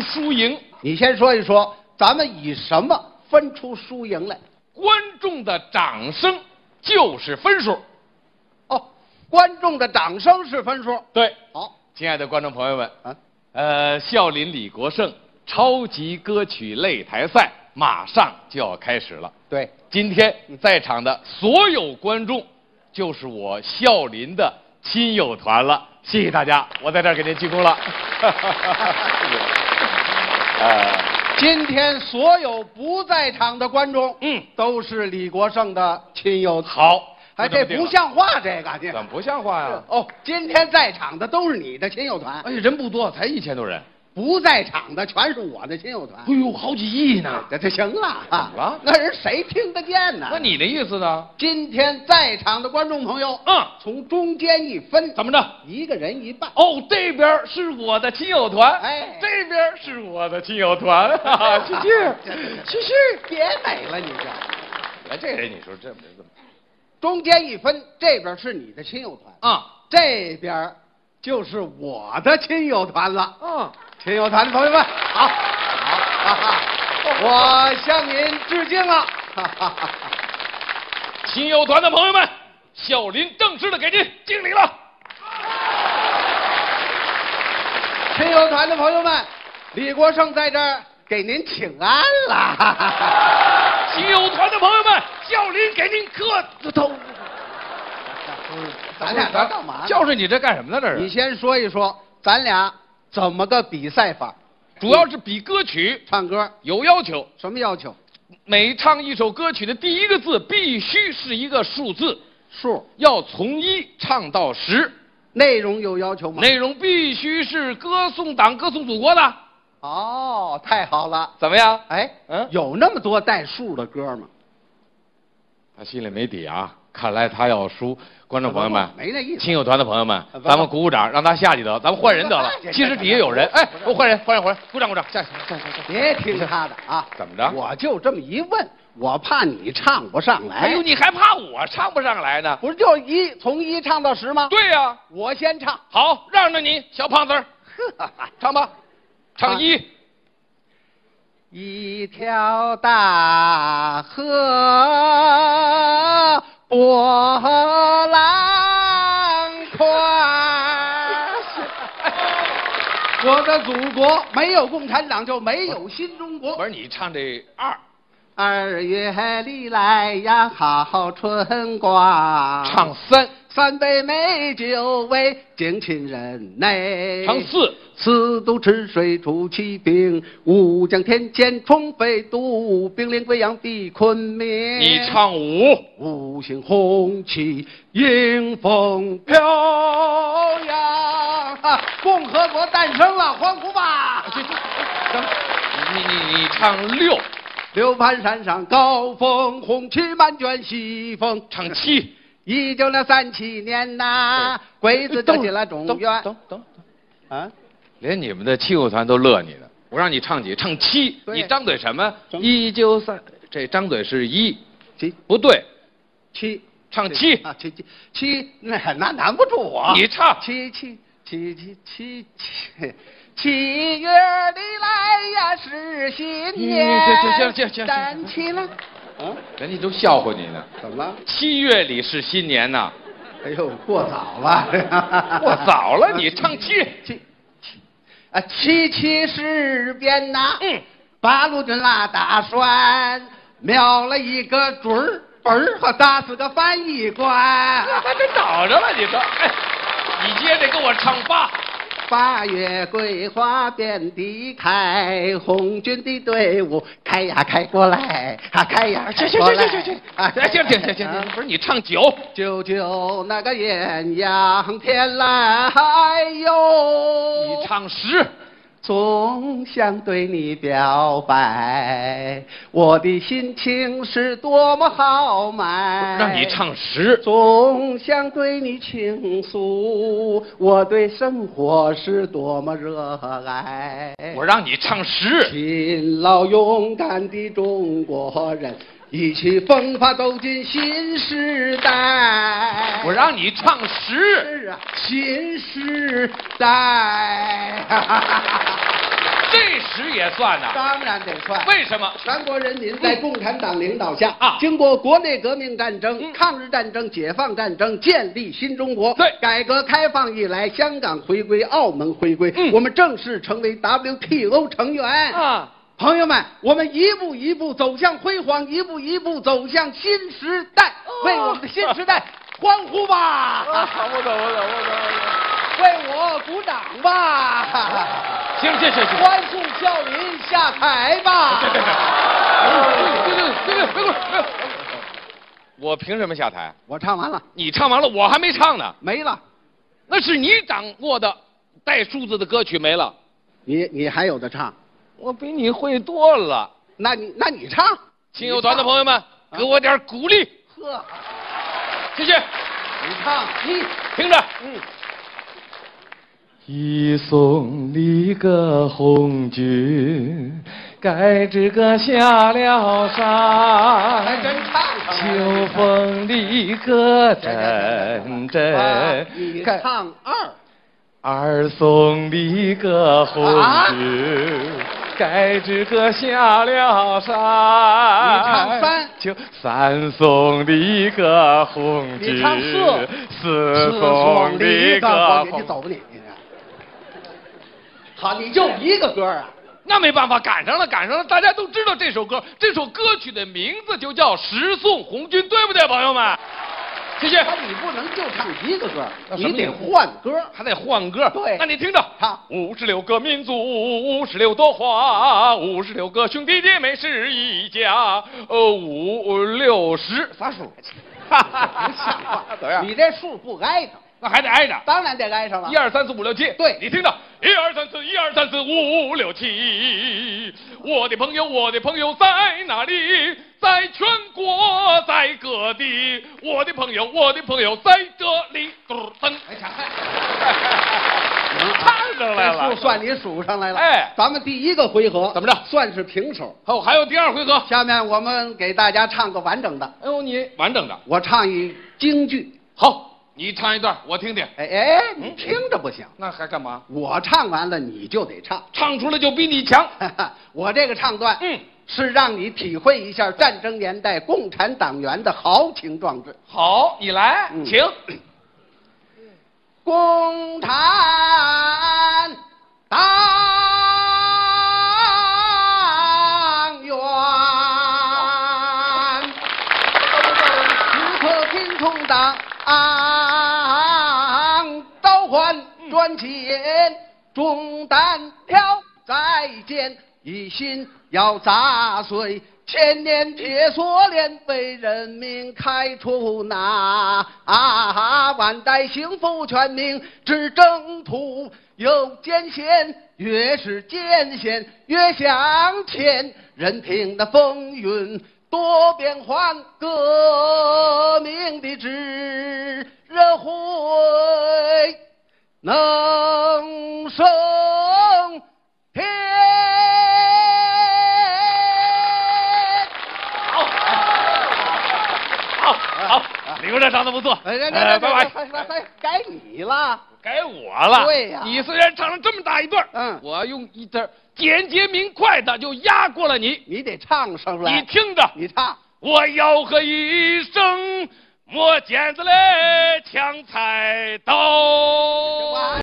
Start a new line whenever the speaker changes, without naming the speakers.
输赢，
你先说一说，咱们以什么分出输赢来？
观众的掌声就是分数。
哦，观众的掌声是分数。
对，
好
亲爱的观众朋友们，
啊，
呃，笑林李国盛超级歌曲擂台赛马上就要开始了。
对，
今天在场的所有观众，就是我笑林的亲友团了。谢谢大家，我在这儿给您鞠躬了。 呃，
今天所有不在场的观众，
嗯
都是李国盛的亲友。，
好，
哎，
就么
这
定
不
了，
像话，这个
怎
这
么啊不像话呀、
哦，今天在场的都是你的亲友团，
而哎且人不多，才一千多人。
不在场的全是我的亲友团
哎。呦，好几亿呢！
这这行了
怎么
啊
了
那人谁听得见呢？
那你的意思呢？
今天在场的观众朋友，
嗯，
从中间一分，
怎么着？
一个人一半。
哦，这边是我的亲友团，
哎
这边是我的亲友团，哈哈，去
这这
去，去去。
别美了，你这
哎，这人你说这不这怎么？
中间一分，这边是你的亲友团，
啊
这边就是我的亲友团了。
啊，
亲友团的朋友们，好，好，哈哈，我向您致敬了。 哈哈哈哈
亲友团的朋友们，小林正式的给您敬礼了。
亲友团的朋友们，李国盛在这儿给您请安了。哈哈哈哈
亲友团的朋友们，小林给您磕头。
咱俩这干嘛呢？
就是你这干什么呢？这
你
是，
先说一说，咱俩怎么个比赛法？
主要是比歌曲
唱歌
有要求，
什么要求？
每唱一首歌曲的第一个字必须是一个数字，
数。
要从一唱到十，
内容有要求吗？
内容必须是歌颂党、歌颂祖国的，
哦，太好了。
怎么样？
哎，
嗯
有那么多带数的歌吗？
他心里没底啊，看来他要输。观众朋友们，
没那意思
亲友团的朋友们
呃，不
咱们鼓鼓掌，让他下去得了，咱们换人得了
不是。
其实底下有人，
不是
哎，我换人，换人，换人，鼓掌，鼓掌，下去，下去，下去。
别听他的啊！
怎么着
我就这么一问，我怕你唱不上来。
哎呦，你还怕我唱不上来呢？
不是就一从一唱到十吗？，
对呀、
我先唱。
好，让着你，小胖子儿，
呵呵
唱吧，唱
啊
一。
一条大河波浪宽。我的祖国没有共产党就没有新中
不
国。
是你唱这二，
二月里来呀，好春光。
唱三，
三杯美酒为敬亲人内。
唱四，
四渡赤水出奇兵，五江天堑冲飞渡，兵临贵阳避昆明。
你唱五，
五星红旗迎风飘扬、啊，共和国诞生了，欢呼吧！
啊你你你唱六，
六盘山上高峰，红旗满卷西风。
唱七，
一九六三七年呐、鬼子就进了中原。
等等等，
啊，
连你们的亲友团都乐你了。我让你唱几，唱七，
对
你张嘴什么？
张
一九三，这张嘴是一，
七
不对，
七
唱七，
啊，七七七，那难难不住啊我。
你唱
七七七七七七，七月里来呀是新年。
嗯行行行行行
站起来。啊，
人家都笑话你呢。
怎么了？
七月里是新年呐，
哎呦，过早了，
过早了，你唱七，
七七啊，七七事变呐，
嗯，
八路军拉大栓，瞄了一个准儿，本儿和打死个翻译官。
还真找着了，你说，哎，你接着给我唱八，
八月桂花遍地开，红军的队伍开呀开过来，啊开呀开过来。啊
哎，行行行行行，不是你唱九，
九九那个艳阳天来哟，
你唱十，
总想对你表白，我的心情是多么豪迈。
让你唱十，
总想对你倾诉，我对生活是多么热爱。
我让你唱十，
勤劳勇敢的中国人，意气风发走进新时代。啊
我让你唱十，
是啊，新时代。
这时也算呐、
当然得算。
为什么？
全国人民在共产党领导下
嗯啊
经过国内革命战争、
嗯
抗日战争、解放战争，建立新中国。
对
改革开放以来，香港回归，澳门回归，
嗯
我们正式成为 WTO 成员。
啊，
朋友们，我们一步一步走向辉煌，一步一步走向新时代，
哦
为我们的新时代 欢呼吧！
我懂，我懂，我懂，我
为我鼓掌吧！
懂。行行行行，
欢送笑林下台吧！
对对对对对对对，别过来，别过来。我凭什么下台？
我唱完了，
你唱完了，我还没唱呢。
没了。
那是你掌握的带数字的歌曲没了，
你你还有的唱？
我比你会多了。
那你那你唱？
亲友团的朋友们，给我点鼓励，
呵，
谢谢。
你唱你
听着，
嗯，
一送你个红军，该这个下了
还
山。
真唱上了。
秋风里个阵
啊
阵，
你
该
唱二，
二送你个红军，该这个下了山。哎
你唱三
秋三送你个红军，
你唱四
四送你个
你
红
走吧你。你好，你就一个歌啊？
那没办法，赶上了，赶上了。大家都知道这首歌，这首歌曲的名字就叫《十送红军》，对不对，朋友们？谢谢。
你不能就唱一个歌，
那什么
你得
意思
换歌。
还得换歌，
对
那你听着，
好
五十六个民族，五十六朵花，五十六个兄弟姐妹是一家，呃，五六十，
啥 数？
哈，
不像话
怎么样？
你这数不挨着，
那还得挨着，
当然得挨上了。
一二三四五六七，
对
你听着，一二三四，一二三四五六七，我的朋友，我的朋友在哪里？在全国，在各地，我的朋友，我的朋友在这里，嘟儿噔，
哎，抢 看。
看上来了
嗯啊这数算你数上来了。
哎
咱们第一个回合
怎么着
算是平手。
哦，还有第二回合，
下面我们给大家唱个完整的，
哎呦，你完整的。
我唱一京剧。
好，你唱一段，我听听。
哎哎，你听着不行，
那还干嘛？
我唱完了你就得唱。
唱出来就比你强。
我这个唱段，
嗯，
是让你体会一下战争年代共产党员的豪情壮志。
好，你来，
嗯
请。
共产党员，时刻听从党召唤，赚钱重担挑再见，一心要砸碎千年铁锁链，为人民开出那、啊、万代幸福全民之征途。有艰险，越是艰险越向前，任凭那风云多变幻，革命的智慧能升天。
好，好，好，你们这唱的不错。
哎，来
呃
来来，
拜拜。
拜拜，该你了。
该我了。
对呀
你虽然唱了这么大一段，
嗯
我用一段简洁明快的就压过了你。
你得唱上来，
你听着，
你唱，
我吆喝一声，磨剪子嘞，抢菜刀。